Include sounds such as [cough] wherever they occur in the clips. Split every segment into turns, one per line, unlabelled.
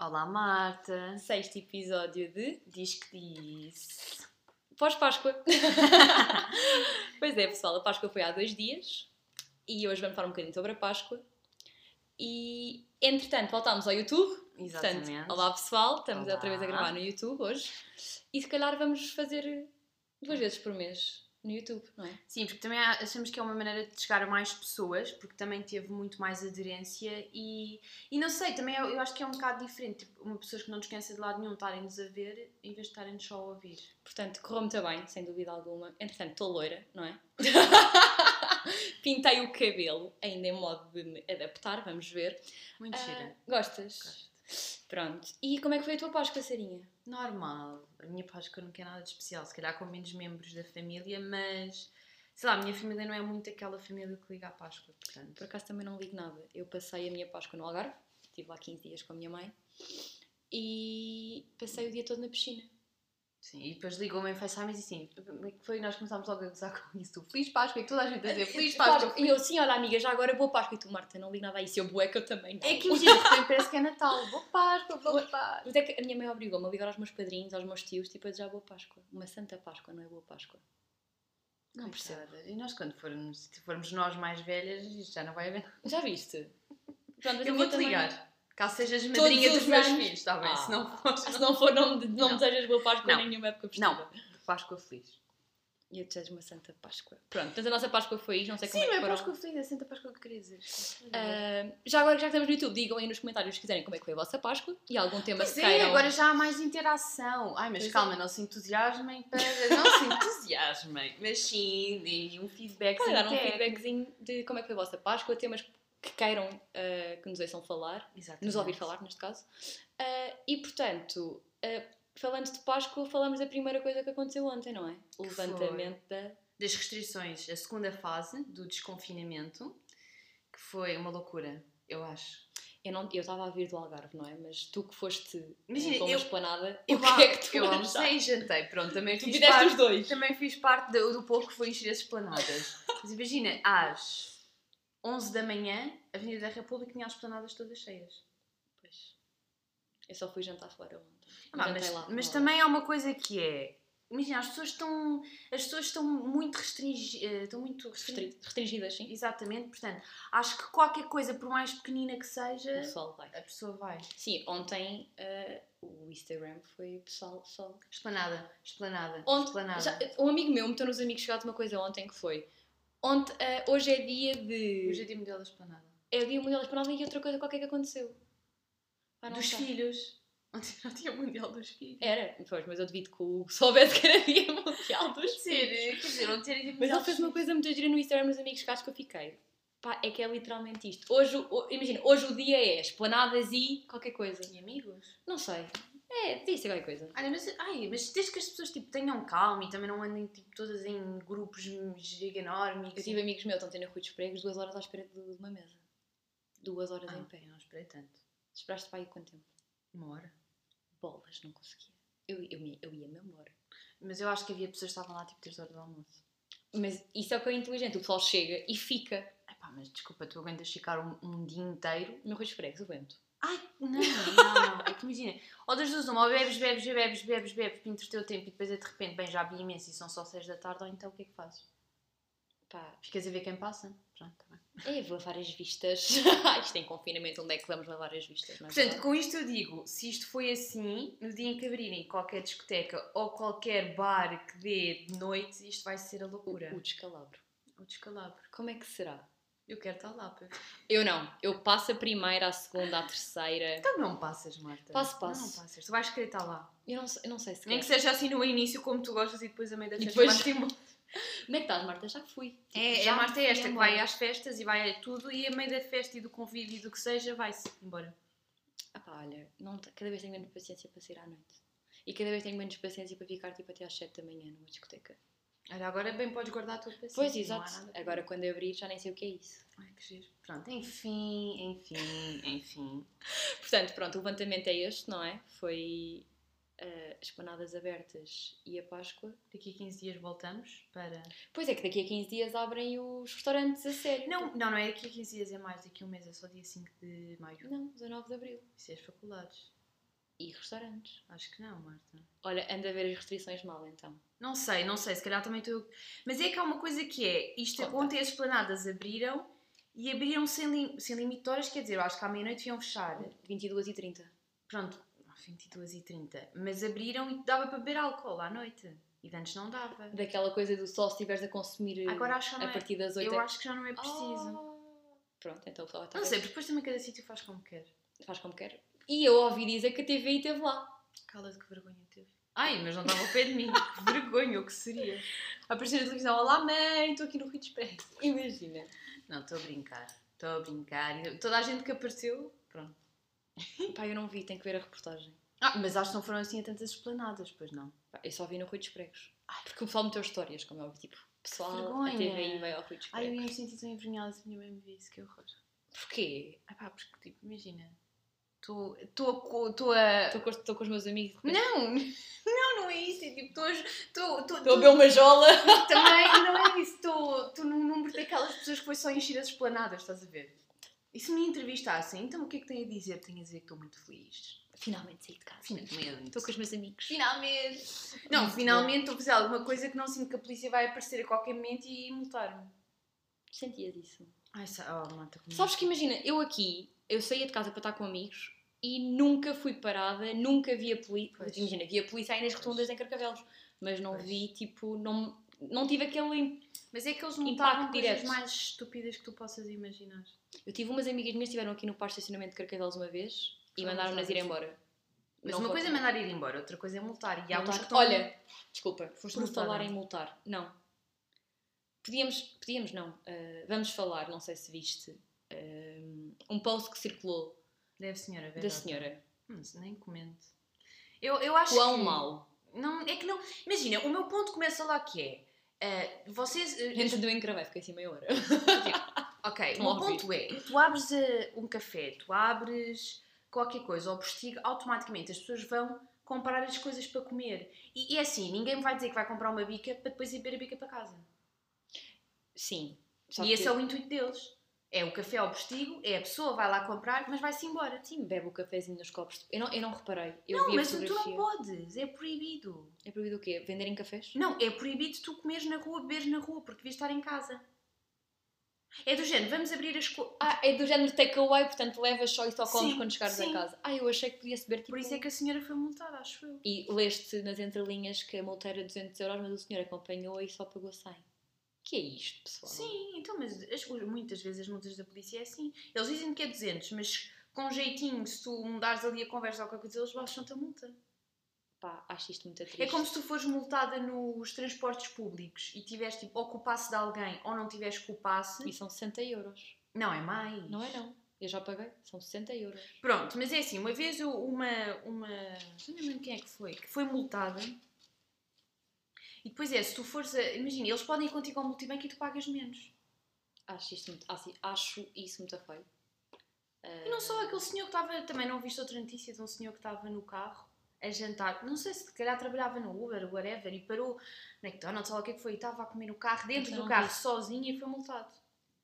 Olá Marta,
Sexto episódio de
diz que disse. [laughs]
Pós-Páscoa. pois é, pessoal, a Páscoa foi há dois dias e hoje vamos falar um bocadinho sobre a Páscoa. E, entretanto, voltámos ao YouTube.
Exatamente.
Portanto, olá pessoal, estamos
Olá.
outra vez a gravar no YouTube hoje. E se calhar vamos fazer duas vezes por mês no YouTube, não é?
Sim, porque também há- achamos que é uma maneira de chegar a mais pessoas, porque também teve muito mais aderência e, e não sei, também eu, eu acho que é um bocado diferente, tipo, uma pessoas que não nos conhecem de lado nenhum estarem-nos a ver em vez de estarem-nos só a ouvir.
Portanto, correu muito bem, sem dúvida alguma. Entretanto, estou loira, não é? [laughs] Pintei o cabelo, ainda em modo de me adaptar, vamos ver.
Muito gira.
Ah, gostas? Pronto. E como é que foi a tua Páscoa, Sarinha?
Normal. A minha Páscoa não quer nada de especial, se calhar com menos membros da família, mas sei lá, a minha família não é muito aquela família que liga à Páscoa, portanto.
Por acaso também não ligo nada. Eu passei a minha Páscoa no Algarve, estive lá 15 dias com a minha mãe e passei o dia todo na piscina.
Sim, e depois ligou-me em FaceTime e disse assim: como é que foi? Nós começámos logo a gozar com isso. Feliz Páscoa, e toda a gente a
É,
dizer Feliz Páscoa.
E eu, sim, olha amiga, já agora boa Páscoa. E tu, Marta, não ligo nada a isso. Eu, bué que eu também não.
É que imagina, depois parece que é Natal. Boa Páscoa, boa Páscoa.
Mas é que a minha mãe obrigou-me a ligar aos meus padrinhos, aos meus tios, tipo a dizer "Ah, boa Páscoa. Uma santa Páscoa, não é boa Páscoa. Não percebo.
Coitada. E nós, quando formos, se formos nós mais velhas, isto já não vai haver. nada.
Já viste? Pronto, mas a
Eu
minha
vou-te
também-
ligar. Caso sejas
Todos
madrinha
os
dos meus
anos.
filhos, está bem?
Ah.
Se não fores,
Ah, Se
não.
não for, não me, não me
Não.
desejas boa Páscoa
Não.
em nenhuma época
Não.
possível.
Páscoa feliz.
E eu desejo uma santa Páscoa. Pronto, portanto a nossa Páscoa foi isto, não sei como é
Sim,
que
mas
foram.
Páscoa feliz, é sempre a Páscoa que queria dizer. é?
Ah, já agora já que estamos no YouTube, digam aí nos comentários se quiserem como é que foi a vossa Páscoa e algum tema
Pois
se
é,
queiram.
agora já há mais interação. Ai, mas
Pois é.
calma, não se entusiasmem para. Não
[laughs]
se entusiasmem, mas sim, deem um feedback.
Podem dar um feedbackzinho de como é que foi a vossa Páscoa, temas que queiram ah, que nos ouçam falar,
Exatamente.
nos ouvir falar neste caso. Ah, e portanto, ah, falando de Páscoa, falamos da primeira coisa que aconteceu ontem, não é? O
Que
levantamento da.
Das restrições, a segunda fase do desconfinamento, que foi uma loucura, eu acho.
Eu não- eu estava a vir do Algarve, não é? Mas tu que foste
Imagina,
com uma
eu-
esplanada,
Eu,
o que é que tu
eu
achaste?
almocei e jantei, pronto, também
Tu
fiz
fizeste
parte.
os dois.
Também fiz parte do, do pouco que foi encher as esplanadas. Mas imagina, às 11 da manhã, a Avenida da República tinha as esplanadas todas cheias.
Pois. Eu só fui jantar fora ontem.
Ah,
Jantei
mas
lá
mas
fora.
também há uma coisa que é. Imagina, as pessoas estão. As pessoas estão muito restringidas. Estão muito restringidas.
Restri- Restringidas, sim.
Exatamente, portanto, acho que qualquer coisa, por mais pequenina que seja,
O sol vai.
a pessoa vai.
Sim, ontem eh, o Instagram foi pessoal sol.
Esplanada, esplanada,
Ontem-
esplanada.
Já, um amigo meu meteu nos amigos chegados uma coisa ontem que foi. Ontem, eh, hoje é dia de.
Hoje é dia mundial da esplanada.
é... o dia mundial da esplanada e outra coisa qualquer que aconteceu. Ah, não
dos
sei.
[laughs] filhos. Ontem era o dia mundial dos filhos.
Era, pois, mas eu devido que o [laughs] Hugo soubesse que era dia mundial dos
É, Quer dizer, quer dizer, ontem era dia
Mas
mundial
ele
dos
fez uma
filhos.
coisa muito gira no Instagram nos amigos chegados que eu fiquei. Pá, é que é literalmente isto. Hoje, o- o- imagina, hoje o dia é esplanadas e qualquer coisa.
E amigos?
Não sei. É, disse qualquer coisa.
Olha, mas, ai, mas desde que as pessoas tipo, tenham calma e também não andem tipo, todas em grupos giganórmicos.
Eu tive amigos meus ontem na Rui dos Pregos, duas horas à espera de de uma mesa. Duas horas
Ah,
em pé.
eu não esperei tanto.
Esperaste para aí quanto tempo?
Uma hora.
Bolas, não conseguia. Eu, eu, me- eu ia-me embora.
Mas eu acho que havia pessoas que estavam lá tipo 3 horas do almoço.
Mas isso é o que é inteligente. O pessoal chega e fica
Epá, mas desculpa, tu aguentas ficar um, um dia inteiro?
no Rui dos Pregos, eu aguento.
Ai, não, não, não. É que imagina, ou das duas, uma, ou bebes, bebes, bebes, bebes, bebes, pintas o teu tempo e depois é de repente, bem, já vi imenso e são só 6 da tarde, ou então o que é que fazes?
Pá,
Ficas a ver quem passa? Pronto, tá bem.
é, vou lavar as vistas. [laughs] isto em confinamento, onde é que vamos lavar as vistas? não é
Portanto,
verdade?
com isto eu digo, se isto foi assim, no dia em que abrirem qualquer discoteca ou qualquer bar que dê de noite, isto vai ser a
o,
loucura.
o descalabro.
O descalabro.
Como é que será?
Eu quero estar lá. Pedro.
Eu não. Eu passo a primeira, a segunda, a terceira.
Então não passas, Marta.
Passo, passo.
Não, não passas. Tu vais querer estar lá.
Eu não, sei- eu não sei se
Nem que
quero.
seja assim no início, como tu gostas, e depois a meio da
E
festa
depois-
mais tempo.
Como é que estás, Marta? Já fui. Tipo,
É,
já
a Marta é
fui
esta, que
embora.
vai às festas e vai a tudo, e a meio da festa e do convívio e do que seja, vai-se embora.
Ah pá, olha, não, te- cada vez tenho menos paciência para sair à noite. E cada vez tenho menos paciência para ficar tipo até às 7 da manhã numa discoteca.
Olha, agora bem podes guardar a tua paciência.
pois,
não há
exato.
nada.
Agora quando eu abrir já nem sei o que é isso.
Ai, que giro. Pronto, enfim, enfim, enfim.
Portanto, pronto, o levantamento é este, não é? Foi ah, as panadas abertas e a Páscoa.
Daqui a 15 dias voltamos para...
Pois é que daqui a 15 dias abrem os restaurantes a sério.
Não, não, não é daqui a 15 dias, é mais, daqui a um mês, é só dia 5 de maio.
Não, 19 de Abril.
Isso é as faculdades.
E restaurantes.
Acho que não, Marta.
Olha, anda a ver as restrições mal então.
Não sei, não sei, se calhar também estou. Mas é que há uma coisa que é: isto
Conta.
ontem as esplanadas abriram e abriram sem, lim... sem limite de horas, quer dizer, eu acho que à meia-noite iam fechar.
22 e 30.
Pronto, 22h30. Mas abriram e dava para beber álcool à noite. E de antes não dava.
Daquela coisa do só se estiveres a consumir eh,
Agora acho que já não
a
é.
partir das 8
Eu acho que já não é preciso.
Pronto, então o pessoal
não sei, porque depois também cada sítio faz como quer.
faz como quer. E eu ouvi dizer que a TVI esteve lá.
Cala-te, que vergonha teve. Ai, mas não estava ao pé de mim. [laughs] que vergonha, o que seria? Aparecer na televisão, olá mãe, estou aqui no Rio de Expresso.
[laughs] Imagina.
Não, estou a brincar. Estou a brincar. E Toda a gente que apareceu, pronto.
Pá, eu não vi, tenho que ver a reportagem.
Ah, mas acho que não foram assim a tantas esplanadas, pois não.
Pá, eu só vi no Rui dos Pregos. Porque o pessoal meteu histórias, como é óbvio. Tipo, pessoal, a
vergonha.
TVI veio ao Rui dos
Ai, eu
Pregos.
ia me sentir tão envergonhada se minha mãe me visse, que horror.
Porquê?
Ah pá, porque tipo, imagina. Estou estou a.
Estou com, estou com os meus amigos. Estou
Não! [laughs] Não, não é isso. É tipo, estou. Estou.
a beber uma jola. [laughs]
Também não é isso. Estou estou num número daquelas pessoas que foi só encher as esplanadas, estás a ver? E se me entrevistassem, então o que é que tem a dizer? Tenho a dizer que estou muito feliz.
Finalmente saí de casa.
Finalmente.
Estou com os meus amigos.
Finalmente! Não,
Muito
finalmente estou a fazer alguma coisa que não sinto que a polícia vai aparecer a qualquer momento e multar-me.
Sentias isso?
Ai, sa- oh, mata comigo.
Sabes que imagina, eu aqui, eu saía de casa para estar com amigos e nunca fui parada, nunca vi a polícia.
Pois.
Imagina, vi a polícia aí nas
Pois.
rotundas em Carcavelos, mas não
Pois.
vi, tipo, não, não tive aquele.
Mas é que eles
Impacto
multaram coisas
direto.
mais estúpidas que tu possas imaginar.
Eu tive umas amigas minhas que estiveram aqui no parque de estacionamento de Carcavelos uma vez e
Foram
mandaram-nas ir
multadas.
embora.
Mas
Não
uma
foi-
coisa é mandar ir embora, outra coisa é multar. E há uns
Multar-
que estão.
Olha, desculpa,
Foste
por
multada.
falar em multar. Não. Podíamos, podíamos não. ah, vamos falar, não sei se viste, ah, um post que circulou
Deve, senhora, é
da
verdade.
senhora.
Hum, nem comento. Eu, eu acho
Quão
que...
mal.
Não, é que não... Imagina, o meu ponto começa lá que é... eh, vocês... eh,
Gente, deu em cravei, fiquei assim meia hora.
ok, o
estão a
meu
ouvir.
ponto é... Tu abres eh, um café, tu abres qualquer coisa ou postigo, automaticamente as pessoas vão comprar as coisas para comer. E, e é assim, ninguém me vai dizer que vai comprar uma bica para depois ir beber a bica para casa.
Sim. Só
e
que-
esse é o intuito deles. É o café ao postigo, é a pessoa, vai lá comprar, mas vai-se embora.
Sim, bebe o cafezinho nos copos. Eu não, eu não reparei. Eu
Não,
vi a
mas tu
fotografia.
não podes, é proibido.
É proibido o quê? Venderem cafés?
Não, é proibido tu comeres na rua, beberes na rua, porque devias estar em casa. É do género, vamos abrir as coisas.
Ah, é do género takeaway, portanto levas só e só comes
Sim,
quando chegares
sim.
a casa. Ah, eu achei que podia beber tipo...
Por isso é que a senhora foi multada, acho eu.
E leste nas entrelinhas que a multa era 200 euros, mas o senhor acompanhou e só pagou 100. Que é isto, pessoal?
Sim, então, mas as- muitas vezes as multas da polícia é assim. Eles dizem que é 200, mas com jeitinho, se tu mudares ali a conversa ou qualquer coisa, eles baixam-te a multa.
Pá, acho isto muito triste.
É como se tu fores multada nos transportes públicos e tiveres tipo, ou com o passe de alguém ou não tiveres com o passe.
E são 60 euros.
Não, é mais.
Não é não. Eu já paguei. São 60 euros.
Pronto, mas é assim, uma vez eu- uma. uma não lembro quem é que foi, que foi multada. E depois é, se tu fores a. Imagina, eles podem ir contigo ao multibanco e tu pagas menos.
Acho, isto muito... ah, sim, acho isso muito feio.
E não só aquele senhor que estava. Também não viste outra notícia de um senhor que estava no carro a jantar. Não sei se se calhar trabalhava no Uber, whatever, e parou na McDonald's, sei lá o que é que foi, e estava a comer o carro dentro
Também
do
não
carro
vi.
sozinho e foi multado.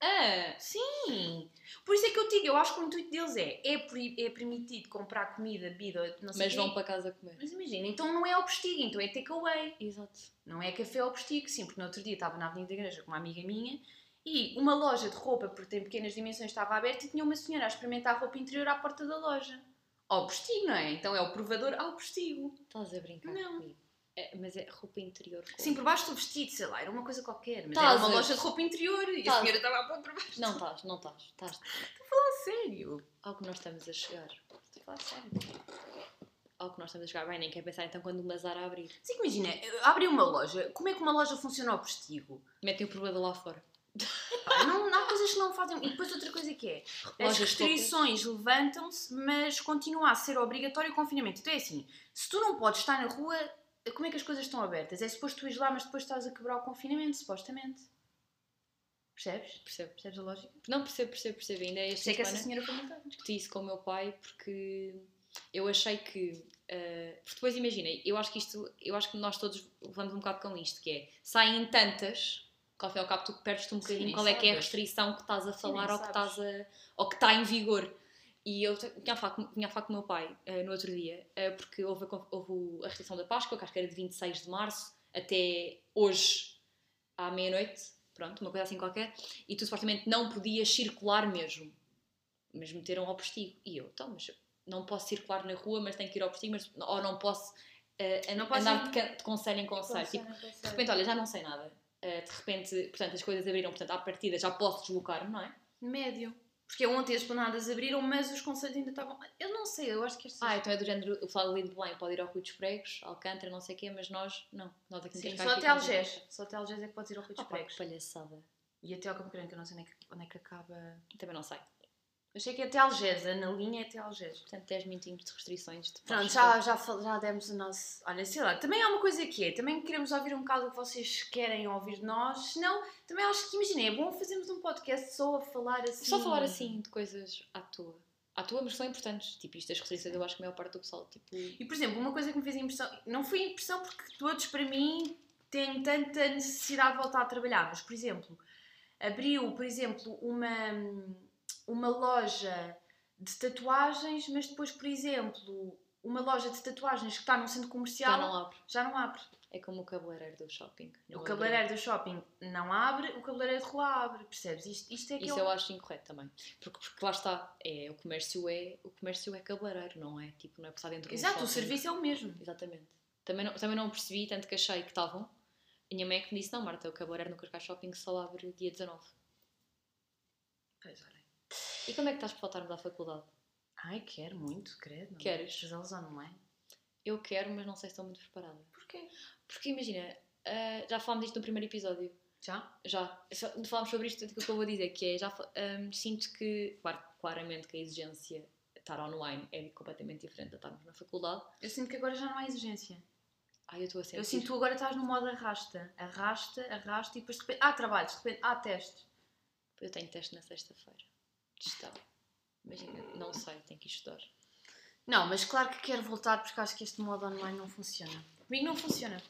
Ah,
Sim! Por isso é que eu te digo, eu acho que o intuito deles é. É, proib- é permitido comprar comida, bebida, não sei
mas
o
vão
quê.
para casa comer.
Mas imagina, então não é ao postigo, então é takeaway.
Exato.
Não é café ao postigo, sim, porque no outro dia estava na Avenida da Igreja com uma amiga minha e uma loja de roupa, porque tem pequenas dimensões, estava aberta e tinha uma senhora a experimentar a roupa interior à porta da loja. Ao postigo, não é? Então é o provador ao postigo.
Estás a brincar
Não.
comigo. É, mas é roupa interior. como?
Sim, Assim, por baixo do vestido, sei lá, era uma coisa qualquer, mas
Estás
era uma
a-
loja de roupa interior e
Estás-
a senhora estava a pôr por baixo.
Não estás, não estás. Estás
A sério?
ao que nós estamos a chegar.
Estou a falar sério.
Ao que nós estamos a chegar. Bem, nem quer pensar então quando o Mazar abrir.
Sim, que imagina, eh, abre uma loja, como é que uma loja funciona ao postigo?
Metem o problema lá fora.
Pá, Não, há coisas que não fazem. E depois outra coisa que é: as
Lojas de
restrições levantam-se, mas continua a ser obrigatório o confinamento. Então é assim: se tu não podes estar na rua, como é que as coisas estão abertas? É suposto tu ires lá, mas depois estás a quebrar o confinamento, supostamente. Percebes?
Percebo.
Percebes a lógica?
Não, percebo, percebo, percebo. Ainda é esta
Sei que essa
semana
senhora foi multada.
discuti isso com o meu pai porque eu achei que. ah, porque depois imagina, eu acho que isto, eu acho que nós todos levamos um bocado com isto, que é saem tantas, que ao fim e ao cabo tu perdes-te um
Sim,
bocadinho
nem
qual é que é a
sabes.
restrição que estás a falar
nem
ou que
sabes.
estás a. ou que está em vigor. E eu te- tinha a falar com, tinha a falar com o meu pai eh, no outro dia, eh, porque houve a, con- houve o- a restrição da Páscoa, que acho que era de 26 de março até hoje, à meia-noite, pronto, uma coisa assim qualquer, e tu supostamente não podias circular mesmo. Mas meteram ao postigo. E eu, então, mas eu não posso circular na rua, mas tenho que ir ao postigo, mas, ou não posso, eh, an-
Não posso
andar
ir-
de, can- de conselho em conselho. Tipo, de
De
repente, olha, já não sei nada. Eh, de repente, portanto, as coisas abriram, portanto, à partida já posso deslocar-me, não é?
Médio. Porque ontem as planadas abriram, mas os conselhos ainda estavam. Eu não sei, eu acho que estas.
Ah, então é do género, o pessoal ali de Belém pode ir ao Rui dos Pregos, Alcântara, não sei o quê, mas nós, não. Nós aqui em
Sim,
Cascais
só até
ficamos em
Algés.
Cascais.
Só até Algés é que pode ir ao Rui dos
Ah pá,
Pregos.
que palhaçada.
E até ao Campo Grande, que eu não sei onde é que, onde é que acaba.
Também não sei.
Eu sei que é até Algés, na linha é até Algés.
Portanto, 10 minutinhos de restrições. De
Pronto, já, já, fal- já demos o nosso. Olha, sei lá, também há uma coisa que é, também queremos ouvir um bocado o que vocês querem ouvir de nós, senão também acho que, imaginem, é bom fazermos um podcast só a falar assim.
Só falar assim de coisas à toa. À toa, mas são importantes. Tipo, isto das restrições, eu acho que a maior parte do pessoal, tipo...
E por exemplo, uma coisa que me fez impressão, não foi impressão porque todos para mim têm tanta necessidade de voltar a trabalhar, mas por exemplo, abriu, por exemplo, uma, uma loja de tatuagens, mas depois, por exemplo, uma loja de tatuagens que está num centro comercial
Já não abre.
já não abre.
É como o cabeleireiro do shopping. Não
um O
abre.
cabeleireiro do shopping não abre, o cabeleireiro de rua abre, percebes? Isto, isto é que
Isso
eu-
eu acho incorreto também. Porque, porque lá está, é, o, comércio é, o comércio é cabeleireiro, não é? Tipo, não é passar dentro de um
Exato, o
shopping.
serviço é o mesmo.
Exatamente. Também não, também não percebi, tanto que achei que estavam. A minha mãe é que me disse, não, Marta, o cabeleireiro no Cascais Shopping só abre dia 19.
Pois, olha.
E como é que estás para faltarmos à faculdade?
Ai, quero muito, credo.
Queres?
Fazê-los é? online.
Eu quero, mas não sei se estou muito preparada.
Porquê?
Porque imagina, ah, já falámos disto no primeiro episódio.
Já?
Já. Só- Falámos sobre isto, tudo o que eu vou dizer, que é, já fa- ah, sinto que, claro, claramente que a exigência de estar online é completamente diferente de estarmos na faculdade.
Eu sinto que agora já não há exigência.
Ai, eu estou a sentir.
Eu sinto que tu agora estás no modo arrasta. Arrasta, arrasta e depois de repente. Há trabalhos, de repente há testes.
Eu tenho teste na sexta-feira. Gestão. Imagina, não sei, tenho que ir estudar.
Não, mas claro que quero voltar porque acho que este modo online não funciona. Comigo não funciona.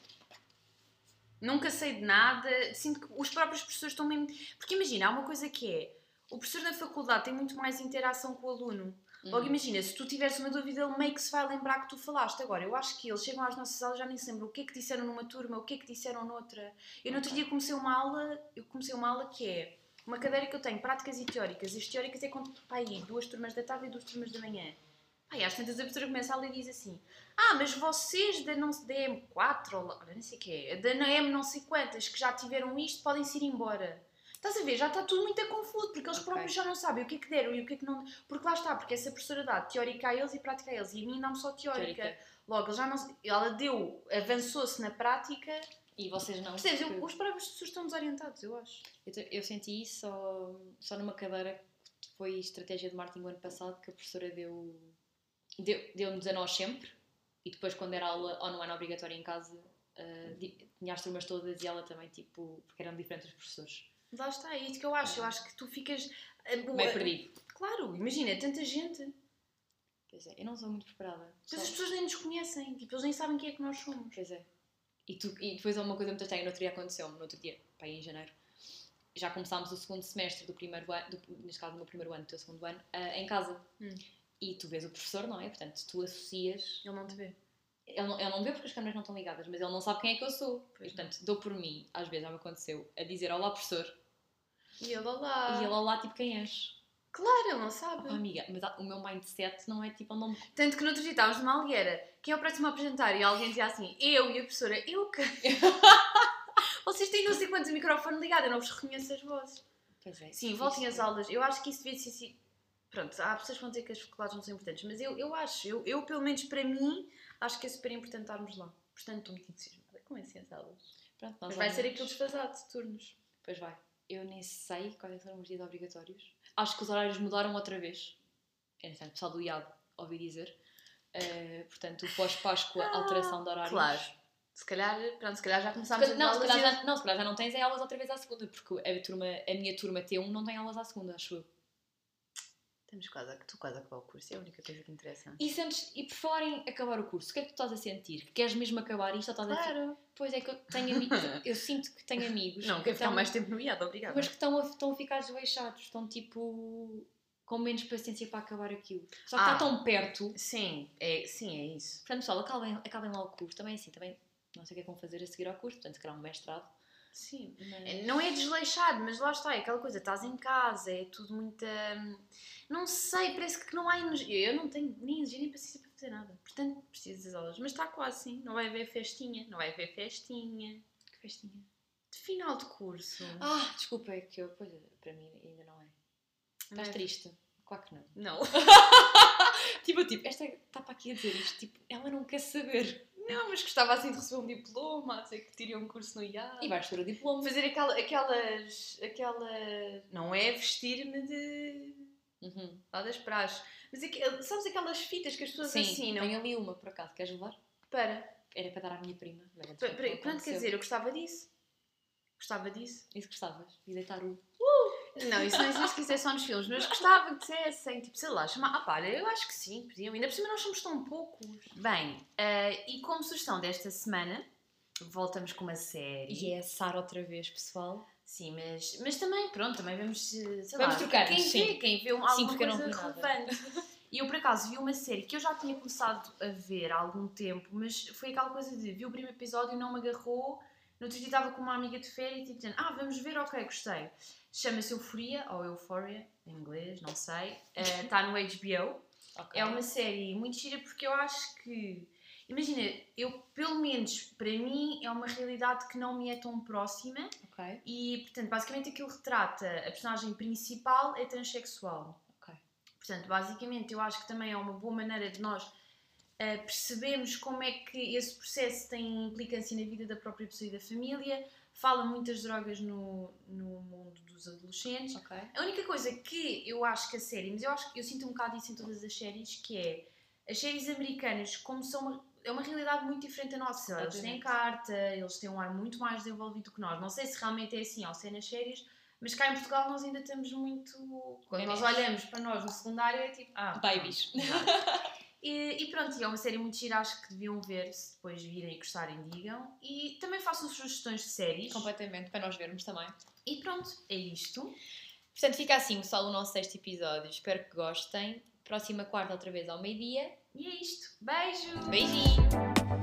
Nunca sei de nada. Sinto que os próprios professores estão mesmo. Porque imagina, há uma coisa que é. O professor na faculdade tem muito mais interação com o aluno. Logo,
Uhum.
imagina, se tu tiveres uma dúvida, ele meio que se vai lembrar que tu falaste. Agora, eu acho que eles chegam às nossas aulas e já nem se lembram o que é que disseram numa turma, o que é que disseram noutra. Eu no outro
Ok.
dia comecei uma aula, eu comecei uma aula que é uma cadeira que eu tenho, práticas e teóricas. E as teóricas é com pá, aí, duas turmas da tarde e duas turmas da manhã. Pá, e às tantas a professora começa a ler e diz assim: Ah, mas vocês da, não, da M4, ou lá- olha, nem sei o que é, da M não sei quantas, que já tiveram isto, podem-se ir embora. Estás a ver? Já está tudo muito a confuso, porque eles
Ok.
próprios já não sabem o que é que deram e o que é que não. Porque lá está, porque essa professora dá teórica a eles e prática a eles, e a mim dá-me só teórica.
Teórica.
Logo, eles já não, ela deu, avançou-se na prática
E vocês não.
Percebes?
porque-
Eu- Os próprios professores estão desorientados, eu acho.
Eu, te- eu senti isso só, só numa cadeira que foi estratégia de marketing o ano passado, que a professora deu, deu, deu-nos a nós sempre, e depois quando era aula ou não era obrigatória em casa, ah, di- tinha as turmas todas e ela também, tipo, porque eram diferentes os professores.
Lá está, é isso que eu acho. Eu acho que tu ficas. eh,
Meio
eh,
perdido.
Claro, imagina, é tanta gente.
Pois é, eu não sou muito preparada.
Mas as
Só-
pessoas nem nos conhecem, tipo, eles nem sabem quem é que nós somos.
Pois é. E, tu, e depois há uma coisa muito estranha, no outro dia aconteceu-me, no outro dia, para aí em janeiro, já começámos o segundo semestre do primeiro ano, do, neste caso do meu primeiro ano, do teu segundo ano, ah, em casa.
Hum.
E tu vês o professor, não é? Portanto, tu associas.
Ele não te vê.
Ele não, ele não vê porque as câmeras não estão ligadas, mas ele não sabe quem é que eu sou.
Pois
e, portanto, dou por mim, às vezes já me aconteceu, a dizer olá professor,
E ele, olá.
e ele olá tipo quem és.
Claro, ele não
Oh,
sabe.
amiga, mas há- o meu mindset não é tipo, ele não me
Tanto que no outro dia estávamos numa algueira. Quem é o próximo a apresentar? E alguém dizia assim, eu e a professora, eu [laughs] que. Vocês têm não sei quantos microfones ligados, eu não vos reconheço as vozes.
Pois é,
Sim, voltem às
isso-
aulas. Eu acho que isso devia ser. si- Pronto, há pessoas que vão dizer que as faculdades não são importantes, mas eu, eu acho, eu, eu pelo menos para mim, acho que é super importante estarmos lá. Portanto, estou muito entusiasmada assim, com essas aulas.
Pronto, nós
Mas vai
vamos-
ser aquele desfasado de turnos.
Pois vai. Eu nem sei quais é que foram os dias obrigatórios. Acho que os horários mudaram outra vez. Entretanto, o pessoal do IAB ouvi dizer. Eh, portanto, o pós-Páscoa,
Ah,
alteração de horários.
Se calhar, pronto, se calhar já
Se
começámos
calhar- não, se calhar já, não, se calhar já não tens é aulas outra vez à segunda, porque a, turma, a minha turma T1 não tem aulas à segunda, acho eu.
Estamos quase a, tu quase a acabar o curso, é a única coisa que interessa.
E, sentes, e por falar em acabar o curso, o que é que tu estás a sentir? Que queres mesmo acabar isto ou estás a sentir?
Claro.
Pois é que eu tenho amigos,
[laughs]
eu sinto que tenho amigos. então
Não,
que
quer ficar
estão-
mais tempo no IAD, obrigada.
Mas que estão a, estão a ficar desleixados, estão tipo. com menos paciência para acabar aquilo. Só que está
Ah.
tão perto.
Sim, é, sim, é isso.
Portanto, pessoal, acabem, acabem lá o curso. Também assim, também não sei o que é que vão fazer a seguir ao curso. Portanto, se calhar um mestrado.
Sim.
Mas...
Não é desleixado, mas lá está, é aquela coisa, estás em casa, é tudo muita. Não sei, parece que não há energia. Eu não tenho nem energia nem paciência para fazer nada. Portanto, preciso das aulas. Mas está quase sim, não vai haver festinha, não vai haver festinha.
Que festinha.
De final de curso.
Ah, desculpa, é que eu, pois, para mim ainda não é.
Não
Estás
é-
triste? Claro que não.
Não. [laughs]
Tipo, eu, tipo, esta está para aqui a dizer isto. Tipo, ela não quer saber.
Não, mas gostava assim de receber um diploma, sei que tirei um curso no IAD.
E vais ter o diploma.
fazer aquela, aquelas. aquela. Não é vestir-me de.
Uhum.
lá das praxes. Mas aque- sabes aquelas fitas que as pessoas
Sim,
assinam?
tenho ali uma por acaso. Queres levar?
Para.
Era para dar à minha prima. mas entretanto
Pera-
não
pera- Pronto, quer
aconteceu.
dizer, eu gostava disso. Gostava disso.
Isso gostavas? E deitar o.
Não, isso não existe, isso é só nos filmes, [laughs] mas gostava que dissessem, tipo, sei lá, chamar. Ah, pá, eu acho que sim, podiam. Ainda por cima nós somos tão poucos. Bem, eh, e como sugestão desta semana, voltamos com uma série.
E é a Sara outra vez, pessoal.
Sim, mas, mas também, pronto, também vamos, eh, sei
Vamos
lá,
trocar,
quem vê,
sim.
quem vê um, alguma
porque eu não
coisa
vi nada.
relevante. E eu, por acaso, vi uma série que eu já tinha começado a ver há algum tempo, mas foi aquela coisa de, vi o primeiro episódio e não me agarrou, no outro dia estava com uma amiga de férias e tipo, dizendo, ah, vamos ver, ok, gostei. Chama-se Euforia, ou Euphoria, em inglês, não sei, Eh, está no HBO, é
um
uma série muito gira porque eu acho que. Imagina, eu, pelo menos para mim, é uma realidade que não me é tão próxima
Ok.
e, portanto, basicamente aquilo retrata a personagem principal é transexual.
Ok.
Portanto, basicamente, eu acho que também é uma boa maneira de nós eh, percebermos como é que esse processo tem implicância na vida da própria pessoa e da família. Fala muitas drogas no, no mundo dos adolescentes.
Ok.
A única coisa que eu acho que a série, mas eu acho que eu sinto um bocado isso em todas as séries, que é as séries americanas, como são uma, é uma realidade muito diferente da nossa. sei lá, Eles têm
Obviamente.
carta, eles têm um ar muito mais desenvolvido que nós. Não sei se realmente é assim ou se é nas séries, mas cá em Portugal nós ainda estamos muito. Quando
É
nós
nisso.
olhamos para nós no secundário é tipo. Ah,
Babies.
e, e pronto, e é uma série muito gira, acho que deviam ver, se depois virem e gostarem, digam. E também façam sugestões de séries.
Completamente, para nós vermos também.
E pronto, é isto.
Portanto, fica assim, pessoal, o nosso sexto episódio. Espero que gostem. Próxima quarta, outra vez ao meio-dia.
E é isto. Beijo!
Beijinho!